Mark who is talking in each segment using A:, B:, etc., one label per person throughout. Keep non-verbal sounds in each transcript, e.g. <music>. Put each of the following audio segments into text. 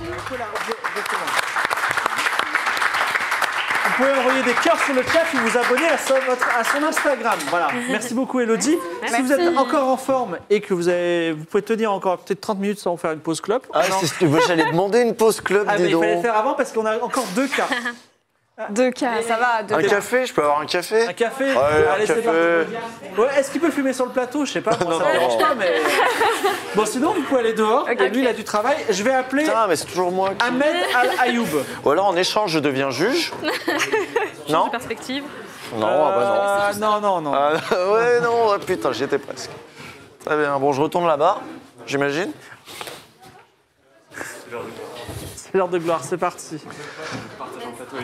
A: Nicolas, je- je commence. Vous pouvez envoyer des cœurs sur le chat et vous abonner à son, votre- à son Instagram. Voilà. Merci beaucoup, Elodie. Si vous êtes encore en forme et que vous, avez, vous pouvez tenir encore peut-être 30 minutes sans faire une pause clope.
B: Ah, c'est ce que moi, j'allais demander une pause club,
A: Ah, mais
B: dis
A: il fallait le
B: donc.
A: faire avant parce qu'on a encore deux cas.
C: <laughs> Deux cas, ça va. Deux
B: Un
C: cas.
B: café, je peux avoir un café
A: Un café
B: Ouais, un
A: c'est
B: café.
A: parti. Ouais, Est-ce qu'il peut fumer sur le plateau Je sais
B: <laughs>
A: pas. Moi,
B: Non,
A: ça me
B: non.
A: dérange pas,
C: <laughs>
A: mais. Bon, sinon, vous pouvez aller dehors. Et lui, il a du travail. Je vais appeler
B: Putain, mais c'est toujours moi qui...
A: Ahmed Al-Ayoub.
B: Ou alors, en échange, je deviens juge Non
D: perspective.
B: Non, ah
A: Euh, non, non, non.
B: bah non. Ah, <laughs> ouais, non, ah, putain, j'y étais presque. Très bien, bon, je retourne là-bas, j'imagine.
A: C'est l'heure de gloire, c'est parti.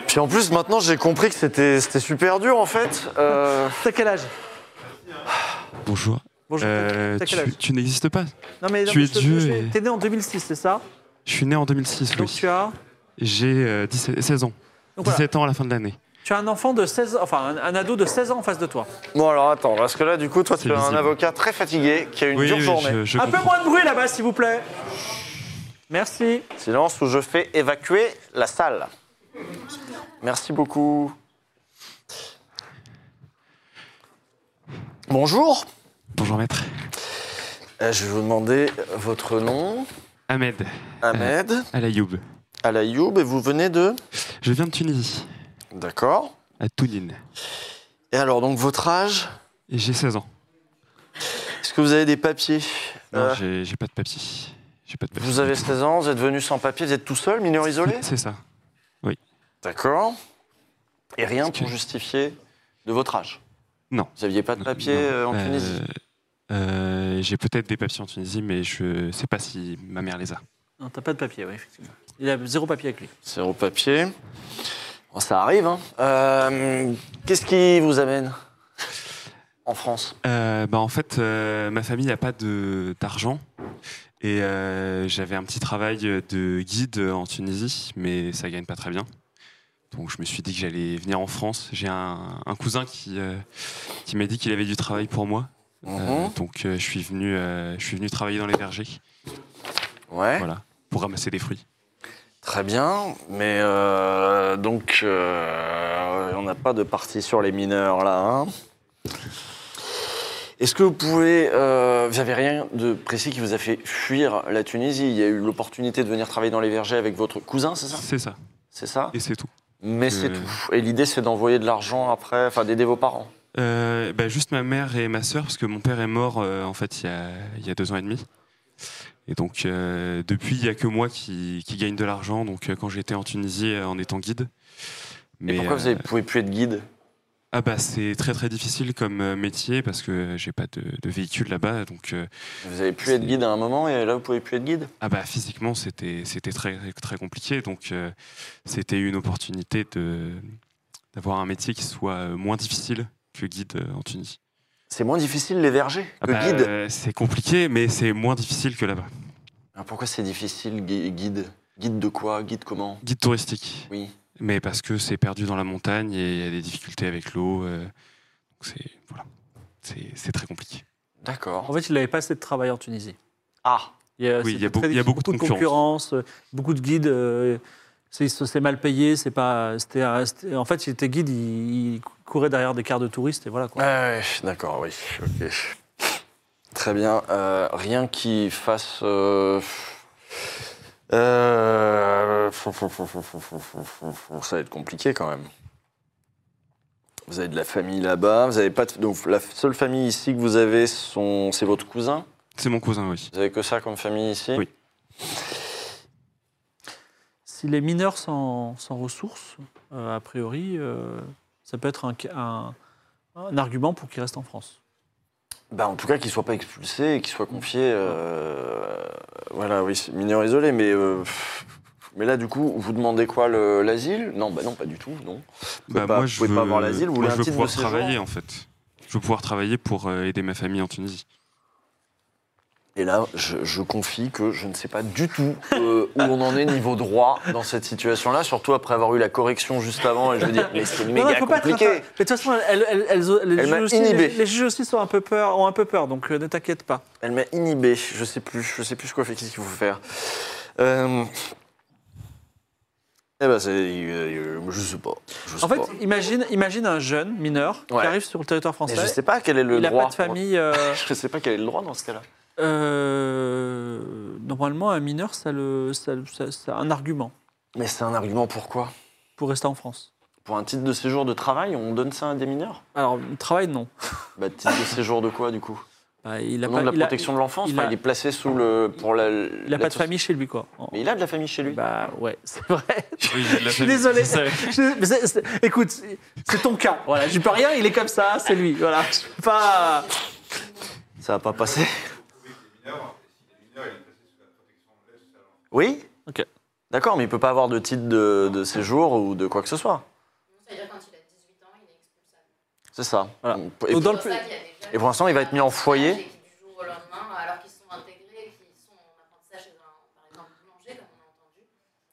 B: Puis en plus, maintenant, j'ai compris que c'était c'était super dur, en fait. Euh,
A: T'as quel âge
E: Bonjour.
A: Bonjour.
E: Euh,
A: t'as quel
E: tu
A: âge
E: tu n'existes pas.
A: Non, mais non,
E: tu
A: mais
E: es
A: je te-
E: Dieu
A: je-
E: et-
A: T'es né en 2006, c'est ça
E: Je suis né en 2006,
A: Donc
E: oui.
A: tu as.
E: J'ai euh, 17 16 ans.
A: Donc voilà.
E: 17 ans à la fin de l'année.
A: Tu as un enfant de 16 ans, enfin un, un ado de 16 ans en face de toi.
B: Bon, alors, attends, parce que là, du coup, toi,
E: C'est
B: tu es un
E: visible.
B: avocat très fatigué qui a eu une dure journée.
E: je, je
A: un peu
E: comprends.
A: moins de bruit là-bas, s'il vous plaît. Merci.
B: Silence où je fais évacuer la salle. Merci beaucoup. Bonjour.
E: Bonjour maître.
B: Euh, Je vais vous demander votre nom,
E: Ahmed
B: Ahmed
E: Alayoub.
B: Alayoub, et vous venez de
E: Je viens de Tunisie,
B: D'accord.
E: à Tounine.
B: Et alors, donc, votre âge
E: Et j'ai 16 ans.
B: Est-ce que vous avez des papiers
E: Non,
B: Euh,
E: j'ai- j'ai pas de papier. J'ai pas de papier.
B: Vous avez 16 ans, vous êtes venu sans papier, vous êtes tout seul, mineur isolé
E: C'est ça.
B: D'accord. Et rien
E: que-
B: pour justifier de votre âge
E: Non.
B: Vous n'aviez pas de papier
E: Non,
B: euh, en
E: euh,
B: Tunisie
E: euh, J'ai peut-être des papiers en Tunisie, mais je sais pas si ma mère les a.
A: Non, t'as pas de papier, oui, effectivement. Il a zéro papier avec lui.
B: Zéro papier. Bon, ça arrive. hein. Euh, Qu'est-ce qui vous amène en France
E: Euh, bah, en fait, euh, ma famille n'a pas de- d'argent. Et euh, j'avais un petit travail de guide en Tunisie, mais ça gagne pas très bien. Donc je me suis dit que j'allais venir en France. J'ai un, un cousin qui, euh, qui m'a dit qu'il avait du travail pour moi. Euh,
B: Mhm.
E: donc euh, je, suis venu, euh, je suis venu travailler dans les vergers,
B: Ouais.
E: voilà, pour ramasser des fruits.
B: Très bien, mais euh, donc euh, on n'a pas de partie sur les mineurs là. hein. Est-ce que vous pouvez, euh, vous n'avez rien de précis qui vous a fait fuir la Tunisie Il y a eu l'opportunité de venir travailler dans les vergers avec votre cousin, c'est ça
E: C'est ça,
B: C'est ça
E: et c'est tout.
B: Mais c'est
E: Euh.
B: tout. Et l'idée c'est d'envoyer de l'argent après, enfin d'aider vos parents.
E: Euh, bah, juste ma mère et ma sœur, parce que mon père est mort euh, en fait il y, a, il y a deux ans et demi. Et donc euh, depuis, il n'y a que moi qui, qui gagne de l'argent. Donc euh, quand j'étais en Tunisie euh, en étant guide.
B: Et
E: Mais
B: pourquoi vous
E: euh,
B: ne pouvez plus être guide
E: ah bah c'est très très difficile comme euh, métier parce que j'ai pas de, de véhicule là-bas. Donc euh,
B: Vous avez pu être
E: c'est-
B: guide à un moment et là vous pouvez plus être guide
E: ah bah physiquement c'était c'était très très compliqué. Donc euh, c'était une opportunité de d'avoir un métier qui soit euh, moins difficile que guide euh, en Tunisie.
B: C'est moins difficile les vergers
E: Ah
B: que
E: bah,
B: guide.
E: euh, c'est compliqué, mais c'est moins difficile que là-bas.
B: Alors, Pourquoi c'est difficile gui- guide Guide de quoi Guide comment
E: Guide touristique.
B: Oui.
E: Mais parce que c'est perdu dans la montagne et il y a des difficultés avec l'eau. euh, donc c'est voilà, c'est c'est très compliqué.
B: D'accord.
A: En fait, il n'avait pas assez de travail en Tunisie.
B: Ah,
A: Il y a,
E: Oui, il y a
A: c'était
E: beaucoup-
A: très
E: il y
A: difficile.
E: a beaucoup de
A: concurrence, euh, beaucoup de guides. euh, c'est c'est mal payé, c'est pas. c'était un- c'était- en fait, il était guide, il, il courait derrière des quarts de touristes et voilà quoi.
B: ouais, d'accord, oui. ok. Très bien. euh, rien qui fasse. euh, euh, Ça va être compliqué quand même. Vous avez de la famille là-bas. Vous avez pas de- donc la seule famille ici que vous avez, sont... c'est votre cousin.
E: C'est mon cousin, oui.
B: Vous avez que ça comme famille ici.
E: Oui.
A: Si les mineurs sans, sans ressources, euh, a priori, euh, ça peut être un, un- un argument pour qu'ils restent en France.
B: Bah, en tout cas, qu'il soit pas expulsé et qu'il soit confié. euh, voilà, oui, c'est mineur isolé, mais. euh, mais là, du coup, vous demandez quoi le- L'asile Non, bah non, pas du tout, non.
E: Bah,
B: pas-
E: moi,
B: vous
E: je
B: pouvez
E: veux,
B: pas avoir l'asile, vous
E: moi,
B: voulez
E: je
B: un
E: veux
B: titre de
E: pouvoir
B: séjour
E: travailler en fait. Je veux pouvoir travailler pour euh, aider ma famille en
B: <laughs>
E: Tunisie.
B: Et là, je, je confie que je ne sais pas du tout euh, où on en est niveau droit dans cette situation-là, surtout après avoir eu la correction juste avant. Et je veux dire, mais c'est
A: Non, non,
B: méga
A: faut pas être
B: compliqué.
A: inter- Mais de toute façon, elles- elles- elles- les,
B: Elle
A: juges
B: m'a
A: aussi,
B: inhibé.
A: les, les juges aussi sont un peu peur, ont un peu peur, donc euh, ne t'inquiète pas.
B: Elle m'a inhibé. Je sais plus. Je sais plus quoi faire. Qu'est-ce qu'il faut faire Euh, Eh ben, c'est. euh, euh, je sais pas. Je sais
A: En fait,
B: pas.
A: imagine, imagine un jeune mineur
B: Ouais.
A: qui arrive sur le territoire
B: Mais
A: français.
B: je sais pas quel est le
A: il n'a
B: droit.
A: pas de famille. euh,
B: Je sais pas quel est le droit dans ce cas-là.
A: euh, normalement, un mineur, ça le, ça, le- ça- ça a un argument
B: Mais c'est un argument pourquoi
A: pour rester en France.
B: Pour un titre de séjour de travail, on donne ça à des mineurs
A: Alors, travail, non.
B: Bah, titre de séjour de quoi, du coup
A: Bah, il
B: Au
A: n'a
B: nom
A: pas,
B: de la
A: il a-
B: protection de l'enfance,
A: il
B: enfin,
A: a-
B: il est placé sous le. Pour la,
A: il a pas de famille chez lui, quoi. En-
B: Mais il a de la famille chez lui.
A: Bah ouais, <laughs> c'est
B: <laughs>
A: vrai.
E: Oui, j'ai de
A: Je
E: la
A: suis
E: famille.
A: désolé. Je- mais c'est- c'est- écoute, c'est c'est ton cas. Voilà, je lui peux rien. Il est comme ça, c'est lui. Voilà, je peux pas.
B: Ça va pas passer.
F: hein.
B: Oui
A: Ok.
B: D'accord, mais il peut pas avoir de titre de, de séjour ou de quoi que ce soit. C'est ça.
A: Voilà.
B: Et,
A: Donc, dans le-
B: et pour l'instant, il va être mis en foyer.
D: Du jour au lendemain, alors qu'ils sont intégrés, qu'ils sont en apprentissage chez un, par exemple, boulanger, comme on a entendu,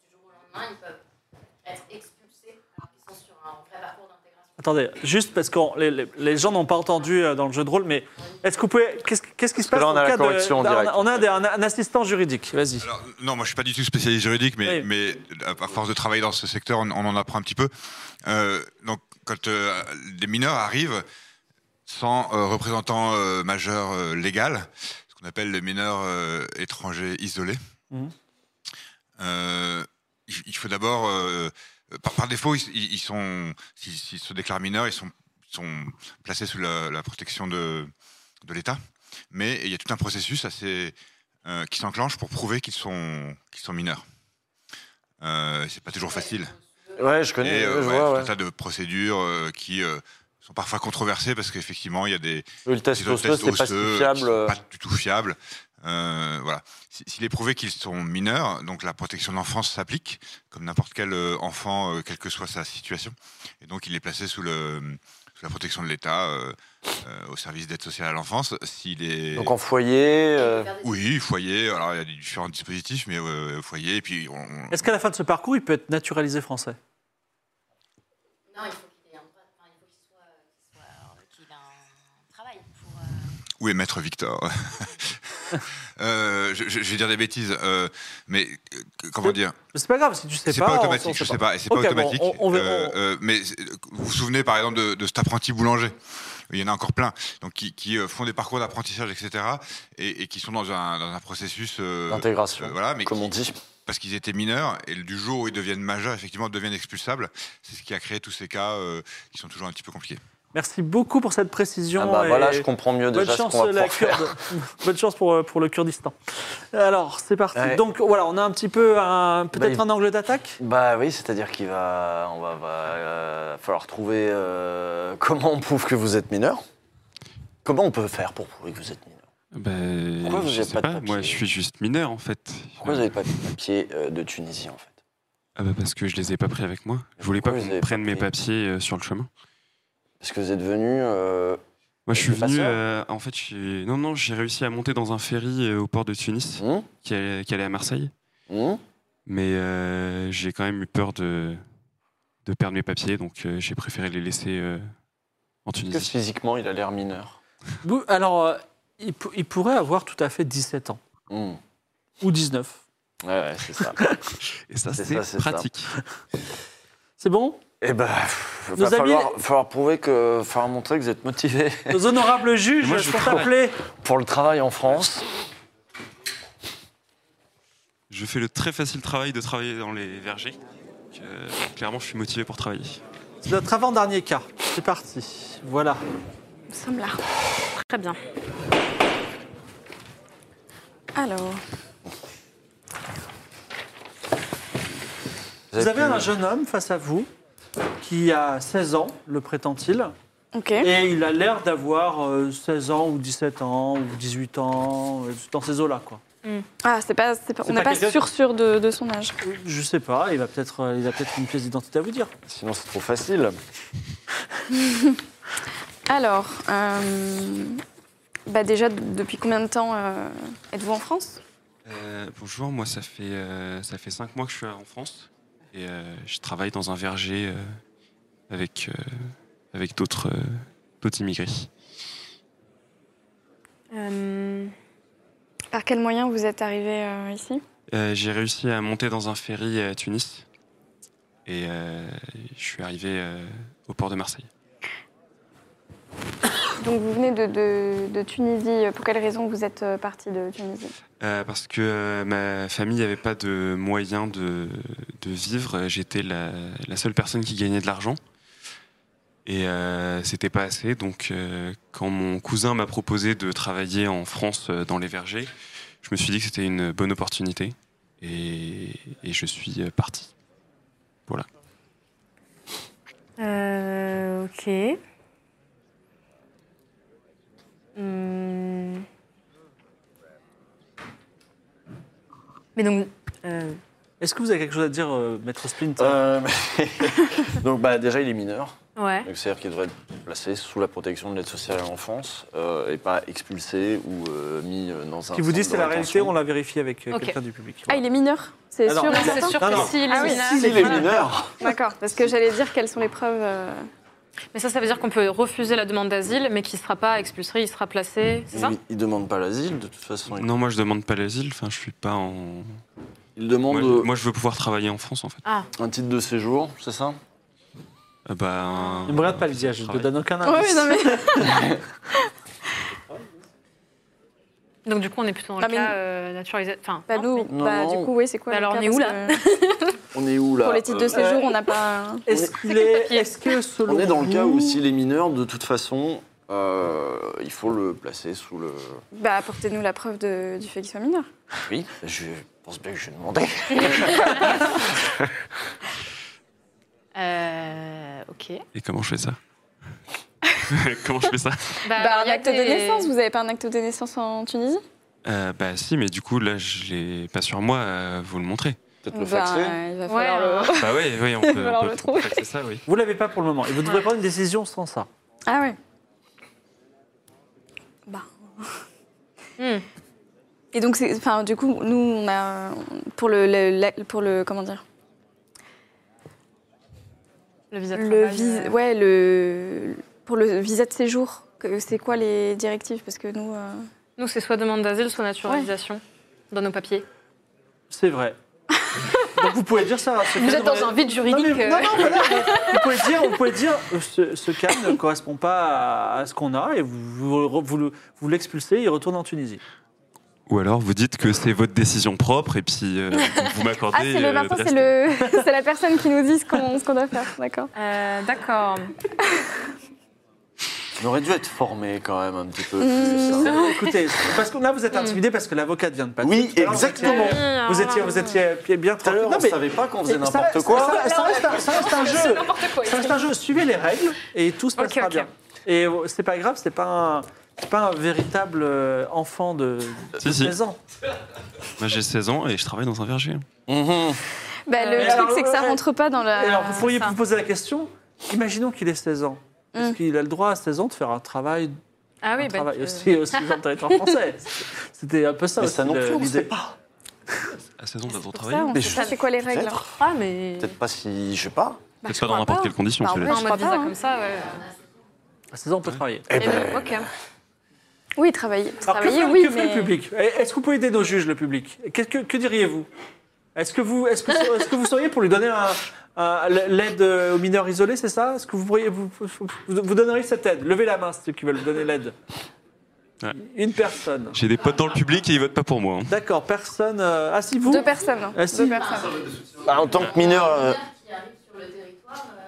D: du jour au lendemain, ils peuvent être expulsés alors qu'ils sont sur un vrai parcours
B: Euh.
D: d'intégration.
A: Attendez, juste parce que les, les- les gens n'ont pas entendu euh, dans le jeu de rôle, mais est-ce que vous pouvez. Qu'est-ce qu'est-ce qui se
B: Parce
A: passe
B: que là, on
A: dans
B: a
A: le
B: la
A: cas de- Bah,
B: correction en
A: on a-
B: direct.
A: On a des- un, un assistant juridique. Vas-y.
F: Alors, non, moi je suis pas du tout spécialiste juridique, mais,
A: Oui.
F: mais à à force de travailler dans ce secteur, on, on en apprend un petit peu. Euh, donc, quand euh, des mineurs arrivent sans euh, représentant euh, majeur euh, légal, ce qu'on appelle les mineurs euh, étrangers isolés,
A: Mhm.
F: euh, il, il faut d'abord, euh, par, par défaut, ils, ils- ils sont, s'ils s'ils se déclarent mineurs, ils sont, sont placés sous la, la protection de, de l'État. Mais il y a tout un processus assez euh, qui s'enclenche pour prouver qu'ils sont, qu'ils sont mineurs. Euh, c'est pas toujours facile.
B: Ouais, je connais.
F: Et euh,
B: ouais, je
F: ouais,
B: vois,
F: tout
B: ouais.
F: un tas de procédures euh, qui euh, sont parfois controversées parce qu'effectivement, il y a des,
B: Le test
F: des tests
B: osseux, c'est pas
F: osseux
B: si
F: qui
B: fiable. euh.
F: sont pas du tout fiables. Euh, voilà. Si- S'il est prouvé qu'ils sont mineurs, donc la protection de l'enfance s'applique, comme n'importe quel euh, enfant, euh, quelle que soit sa situation. Et donc, il est placé sous, le, sous la protection de l'État euh, euh, au service d'aide sociale à l'enfance. S'il est.
B: Donc en foyer. euh,
F: Oui, foyer. Alors, il y a des différents dispositifs, mais euh, foyer. Et puis, on- on-
A: Est-ce qu'à la fin de ce parcours, il peut être naturalisé français
D: Non, il faut qu'il ait un droit, enfin, il faut qu'il soit, qu'il soit, euh, qu'il ait un travail pour. euh,
F: Où est Maître Victor <laughs> Euh, je, je- je vais dire des bêtises, euh, mais euh, comment dire
A: Mais C'est pas grave si tu sais
F: C'est
A: pas.
F: pas
A: on-
F: automatique,
A: on sait
F: je sais
A: pas.
F: pas. et C'est
A: Ok,
F: pas
A: bon,
F: automatique.
A: on- on verra-
F: euh, euh, mais c'est- vous vous souvenez par exemple de, de cet apprenti boulanger Il y en a encore plein, donc qui, qui, euh, font des parcours d'apprentissage, etc., et, et qui sont dans un, dans un processus euh,
B: D'intégration,
F: euh, voilà, mais
B: comme
F: qui-
B: on dit.
F: parce qu'ils étaient mineurs et du jour où ils deviennent majeurs, effectivement, deviennent expulsables. C'est ce qui a créé tous ces cas euh, qui sont toujours un petit peu compliqués.
A: Merci beaucoup pour cette précision.
B: Ah bah voilà,
A: et-
B: je comprends mieux
A: Bonne
B: déjà ce
A: chance,
B: qu'on va
A: la
B: pouvoir faire.
A: Kurde. Bonne chance pour, euh, pour le Kurdistan. Alors, c'est parti.
B: Ouais.
A: Donc, voilà, on a un petit peu un- peut-être
B: Bah,
A: un angle d'attaque.
B: <laughs> Bah oui, c'est-à-dire qu'il va, on va, va euh, falloir trouver euh, comment on prouve que vous êtes mineur. Comment on peut faire pour prouver que vous êtes mineur
E: Ben,
B: Pourquoi vous
E: je
B: avez
E: sais
B: pas de
E: pas, moi
B: papier
E: je suis juste mineur en fait.
B: Pourquoi vous n'avez pas de papier euh, de Tunisie en fait
E: Ah bah parce que je les ai pas pris avec moi. Je voulais pas
B: Pourquoi vous
E: qu'on
B: avez
E: prenne
B: pas
E: mes
B: pris
E: papiers euh, sur le chemin.
B: Parce que vous êtes venu. euh,
E: Moi je
B: Avec
E: suis
B: des
E: venu,
B: passeurs
E: euh, en fait, je suis- non non, j'ai réussi à monter dans un ferry euh, au port de Tunis
B: hmm,
E: qui allait, qui allait à Marseille,
B: hmm.
E: mais euh, j'ai quand même eu peur de de perdre mes papiers, donc euh, j'ai préféré les laisser euh, en
B: Est-ce que
E: Tunisie.
B: physiquement il a l'air mineur
A: Bou- Alors, euh, il, pou- il pourrait avoir tout à fait 17 ans
B: Hmm.
A: ou 19.
B: Ouais, ouais, c'est
F: <laughs>
B: ça.
E: Et ça
B: c'est ça, c'est
E: c'est
B: ça.
E: pratique.
A: C'est bon
B: Eh ben, pff,
A: Nos
B: va
A: amis-
B: falloir, falloir prouver que, falloir montrer que vous êtes motivé <laughs>
A: Nos honorables <laughs> juges
E: Moi, je
A: sont
E: travaille.
A: appelés.
B: pour le travail en France.
E: Je fais le très facile travail de travailler dans les vergers. Donc, euh, clairement, je suis motivé pour travailler.
A: C'est notre avant-dernier cas. C'est parti. Voilà.
C: Nous sommes là.
D: Très bien.
C: Alors.
A: Vous avez un jeune homme face à vous qui a 16 ans, le prétend-il,
C: Ok.
A: et il a l'air d'avoir euh, 16 ans ou 17 ans ou 18 ans, euh, dans ces eaux-là, quoi.
C: Ah, c'est pas, c'est pas-
A: C'est
C: on n'est
A: pas
C: pas,
A: quelqu'un-
C: sûr sûr de, de son âge.
A: Je sais pas, il va peut-être euh, il a peut-être une pièce d'identité à vous dire.
B: Sinon, c'est trop facile.
C: Alors, euh, bah déjà, d- depuis combien de temps euh, êtes-vous en France
E: Euh, bonjour, moi ça fait, euh, ça fait cinq mois que je suis en France et euh, je travaille dans un verger euh, avec, euh, avec d'autres euh, d'autres immigrés.
C: Euh, Par quel moyen vous êtes arrivé euh, ici
E: Euh, J'ai réussi à monter dans un ferry à Tunis et euh, je suis arrivé euh, au port de Marseille.
C: Donc vous venez de, de- de Tunisie. Pour quelle raison vous êtes euh, parti de Tunisie
E: Euh, parce que euh, ma famille n'avait pas de moyens de, de vivre. J'étais la, la seule personne qui gagnait de l'argent. Et euh, c'était pas assez. Donc, euh, quand mon cousin m'a proposé de travailler en France euh, dans les vergers, je me suis dit que c'était une bonne opportunité. Et, et je suis euh, parti.
G: Euh, ok. Hum. Mais donc, euh,
A: Est-ce que vous avez quelque chose à dire, euh, Maître Splint
B: Euh, <laughs> donc, bah, déjà, il est mineur.
G: ouais.
B: Donc, C'est-à-dire qu'il devrait être placé sous la protection de l'aide sociale à l'enfance euh, et pas expulsé ou euh, mis euh, dans un.
A: Qui vous dit
B: centre
A: c'est
B: de
A: la réalité,
B: rétention.
A: on l'a vérifié avec euh,
G: Ok.
A: quelqu'un du public.
C: Ah, il est mineur C'est
A: Alors,
C: sûr et
A: c'est
C: certain
A: sûr que Non, non.
G: si,
C: Ah oui.
G: les-
B: S'il est
G: Voilà.
B: mineur,
C: D'accord, parce que j'allais dire quelles sont les preuves. euh,
G: Mais ça, ça veut dire qu'on peut refuser la demande d'asile, mais qu'il ne sera pas expulsé, il sera placé, c'est ça
B: il, il demande pas l'asile de toute façon. Il,
E: Non, moi, je demande pas l'asile. Enfin, je suis pas en.
B: il demande
E: Moi,
B: euh,
E: je- moi, je veux pouvoir travailler en France, en fait.
B: un titre de séjour, c'est ça
E: Euh, bah,
A: Ne me regarde pas, Lydia, je ne te
E: travail.
A: donne aucun
C: Ouais,
A: indice.
C: Ah non, mais...
G: Donc du coup, on est plutôt dans
C: Ah,
G: le
C: mais-
G: cas euh, naturalisé. Enfin,
C: Bah,
G: non,
C: nous,
G: mais-
B: Non,
C: bah,
B: non.
C: du coup, oui, c'est quoi
G: Bah,
C: le
G: alors,
C: cas,
G: on est où,
C: parce
G: là
C: que
B: On est où là
C: Pour les titres de
A: Bah,
B: Euh,
C: séjour, on n'a pas.
A: Est-ce qu'il est, est-ce que selon
B: On est dans le cas où
A: vous-
B: s'il est mineur, de toute façon, euh, il faut le placer sous le.
C: Bah, apportez-nous la preuve de- du fait qu'il soit mineur.
B: Oui, je pense bien que je vais demander.
G: euh, ok.
E: Et comment je fais ça <laughs> Comment je fais ça
C: Bah,
G: il
C: un
G: y a
C: acte
G: des-
C: de naissance, vous n'avez pas un acte de naissance en Tunisie
E: Euh, Bah si, mais du coup là je l'ai pas sur moi, euh, vous le montrez.
B: Peut-être le
C: Bah,
B: faxer.
C: il va
G: Ouais,
C: falloir
G: hein.
C: le.
E: Bah oui, oui, on
C: Il va
E: peut,
C: falloir
E: on
C: le
E: peut
C: trouver.
E: c'est ça, oui.
A: Vous l'avez pas pour le moment. Et vous devrez
G: Ouais.
A: prendre une décision sans ça.
C: Ah ouais. <laughs> Bah.
G: Hmm.
C: Et donc, c'est- enfin, du coup, nous, on a. Pour le. le- la- pour le comment dire
G: Le visa de
C: Le
G: travail,
C: visa.
G: euh,
C: Ouais, le. Pour le visa de séjour, que- c'est quoi les directives Parce que nous. euh,
G: Nous, c'est soit demande d'asile, soit naturalisation dans nos papiers.
A: C'est vrai. Donc vous pouvez dire ça. hein, ce
G: Vous
A: cas
G: êtes dans
A: devrait-
G: un vide
A: Non,
G: juridique.
A: mais-
G: euh,
A: non, non, voilà, mais vous pouvez dire, vous pouvez dire euh, ce, ce cas ne correspond pas à, à ce qu'on a et vous, vous, vous le- vous l'expulsez, il retourne en Tunisie.
E: Ou alors vous dites que c'est votre décision propre et puis euh, vous m'accordez.
C: Ah, c'est le
E: euh,
C: maintenant,
E: de
C: c'est
E: rester.
C: le, <laughs> c'est la personne qui nous dit ce qu'on, ce qu'on doit faire, d'accord
G: euh, D'accord.
B: On aurait dû être formé quand même un petit peu. plus,
C: Mmh.
B: hein.
A: <laughs> Écoutez, parce que là vous êtes intimidé parce que l'avocat vient de passer.
B: Oui,
A: Tout à l'heure, vous
B: exactement.
A: étiez- Vous étiez, vous étiez bien
B: Tout à
A: tranquille.
B: l'heure,
A: Non,
B: on
A: mais-
B: savait pas qu'on faisait
A: ça-
B: n'importe quoi.
A: Ça, ça reste un, ça reste <laughs> un jeu.
G: N'importe quoi.
A: Ça reste un jeu. Suivez les règles et tout se
G: Ok,
A: passera
G: ok.
A: bien. Et euh, c'est pas grave, c'est pas un, c'est pas un véritable euh, enfant de, de
E: Si, si.
A: 16 ans.
E: Moi j'ai 16 ans et je travaille dans un verger.
B: Mhm.
C: bah, Le
G: Euh,
C: truc,
A: alors,
C: c'est que ça
A: ouais.
C: rentre pas dans la.
A: Et alors, vous pourriez
G: ça.
A: vous poser la question imaginons qu'il ait 16 ans. Est-ce
C: Mm.
A: qu'il a le droit à 16 ans de faire un travail,
G: Ah
A: un
G: oui, bah,
A: travail
G: euh,
A: aussi, aussi sur le territoire français C'était un peu ça
B: Mais
A: aussi
B: ça non
A: le-
B: plus, on
A: l'idée.
B: sait pas.
E: À 16 ans, t'as le droit de
C: Pour ça,
E: travailler.
C: on
B: Mais
C: sait
B: je-
C: pas c'est quoi les règles.
B: Peut-être
G: Ah, mais.
B: peut-être pas si. Je sais pas.
E: Peut-être pas dans n'importe quelle condition.
C: Bah, en
E: cela
C: vrai,
G: Pas
E: dit.
G: en
C: je
G: mode
C: crois
G: visa
C: pas, hein.
G: comme ça. ouais.
A: À 16 ans, on peut travailler.
B: Eh
G: Et
B: ben,
G: donc, ok.
C: Oui, travailler,
A: Alors, que
C: travailler,
A: fait,
C: oui,
A: que fait
C: mais.
A: le public Eh, Est-ce que vous pouvez aider nos juges, le public Qu'est-ce que, que diriez-vous Est-ce que, vous, est-ce, que, est-ce que vous seriez pour lui donner un, un- l'aide euh, aux mineurs isolés, c'est ça Est-ce que vous, pourriez, vous, vous, vous donneriez cette aide Levez la main ceux qui veulent donner l'aide.
E: Ouais.
A: Une personne.
E: J'ai des potes dans le public et ils votent pas pour moi. hein.
A: D'accord, personne. euh, ah, si vous
C: Deux personnes. hein.
A: Ah, si.
C: Deux personnes.
B: bah, en tant que mineur. euh,
D: qui arrive sur le territoire, euh,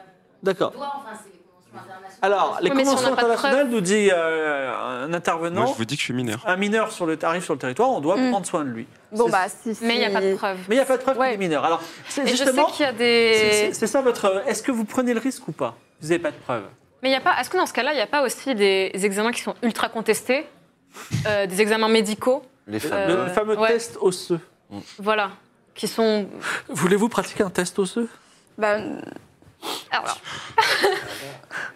A: D'accord.
D: doit, enfin, c'est les conventions internationales.
A: Alors, les
G: Oui, mais si on n'a
A: conventions
G: pas de
A: internationales nous dit euh, un intervenant,
E: Moi, je vous dis que je suis mineur.
A: un mineur sur le, arrive sur le territoire, on doit
C: Mm.
A: prendre soin de lui.
C: Bon,
A: C'est-
C: bah, si.
G: Mais il n'y a
C: si-
G: pas de preuve.
A: Mais il n'y a pas de preuve qu'il
C: Ouais.
A: est mineur. Alors, c'est
G: Et je sais
A: justement,
G: qu'il y a
A: c'est-
G: des.
A: c'est- c'est ça votre. Est-ce que vous prenez le risque ou pas Vous n'avez pas de preuve.
G: Mais il y a pas. Est-ce que dans ce cas-là, il n'y a pas aussi des examens qui sont ultra contestés, euh, des examens médicaux,
B: Les
G: Euh,
B: femmes.
A: Le, le fameux
G: ouais.
A: test osseux.
G: voilà, qui sont.
A: Voulez-vous pratiquer un test osseux
C: Bah, euh,
G: Alors,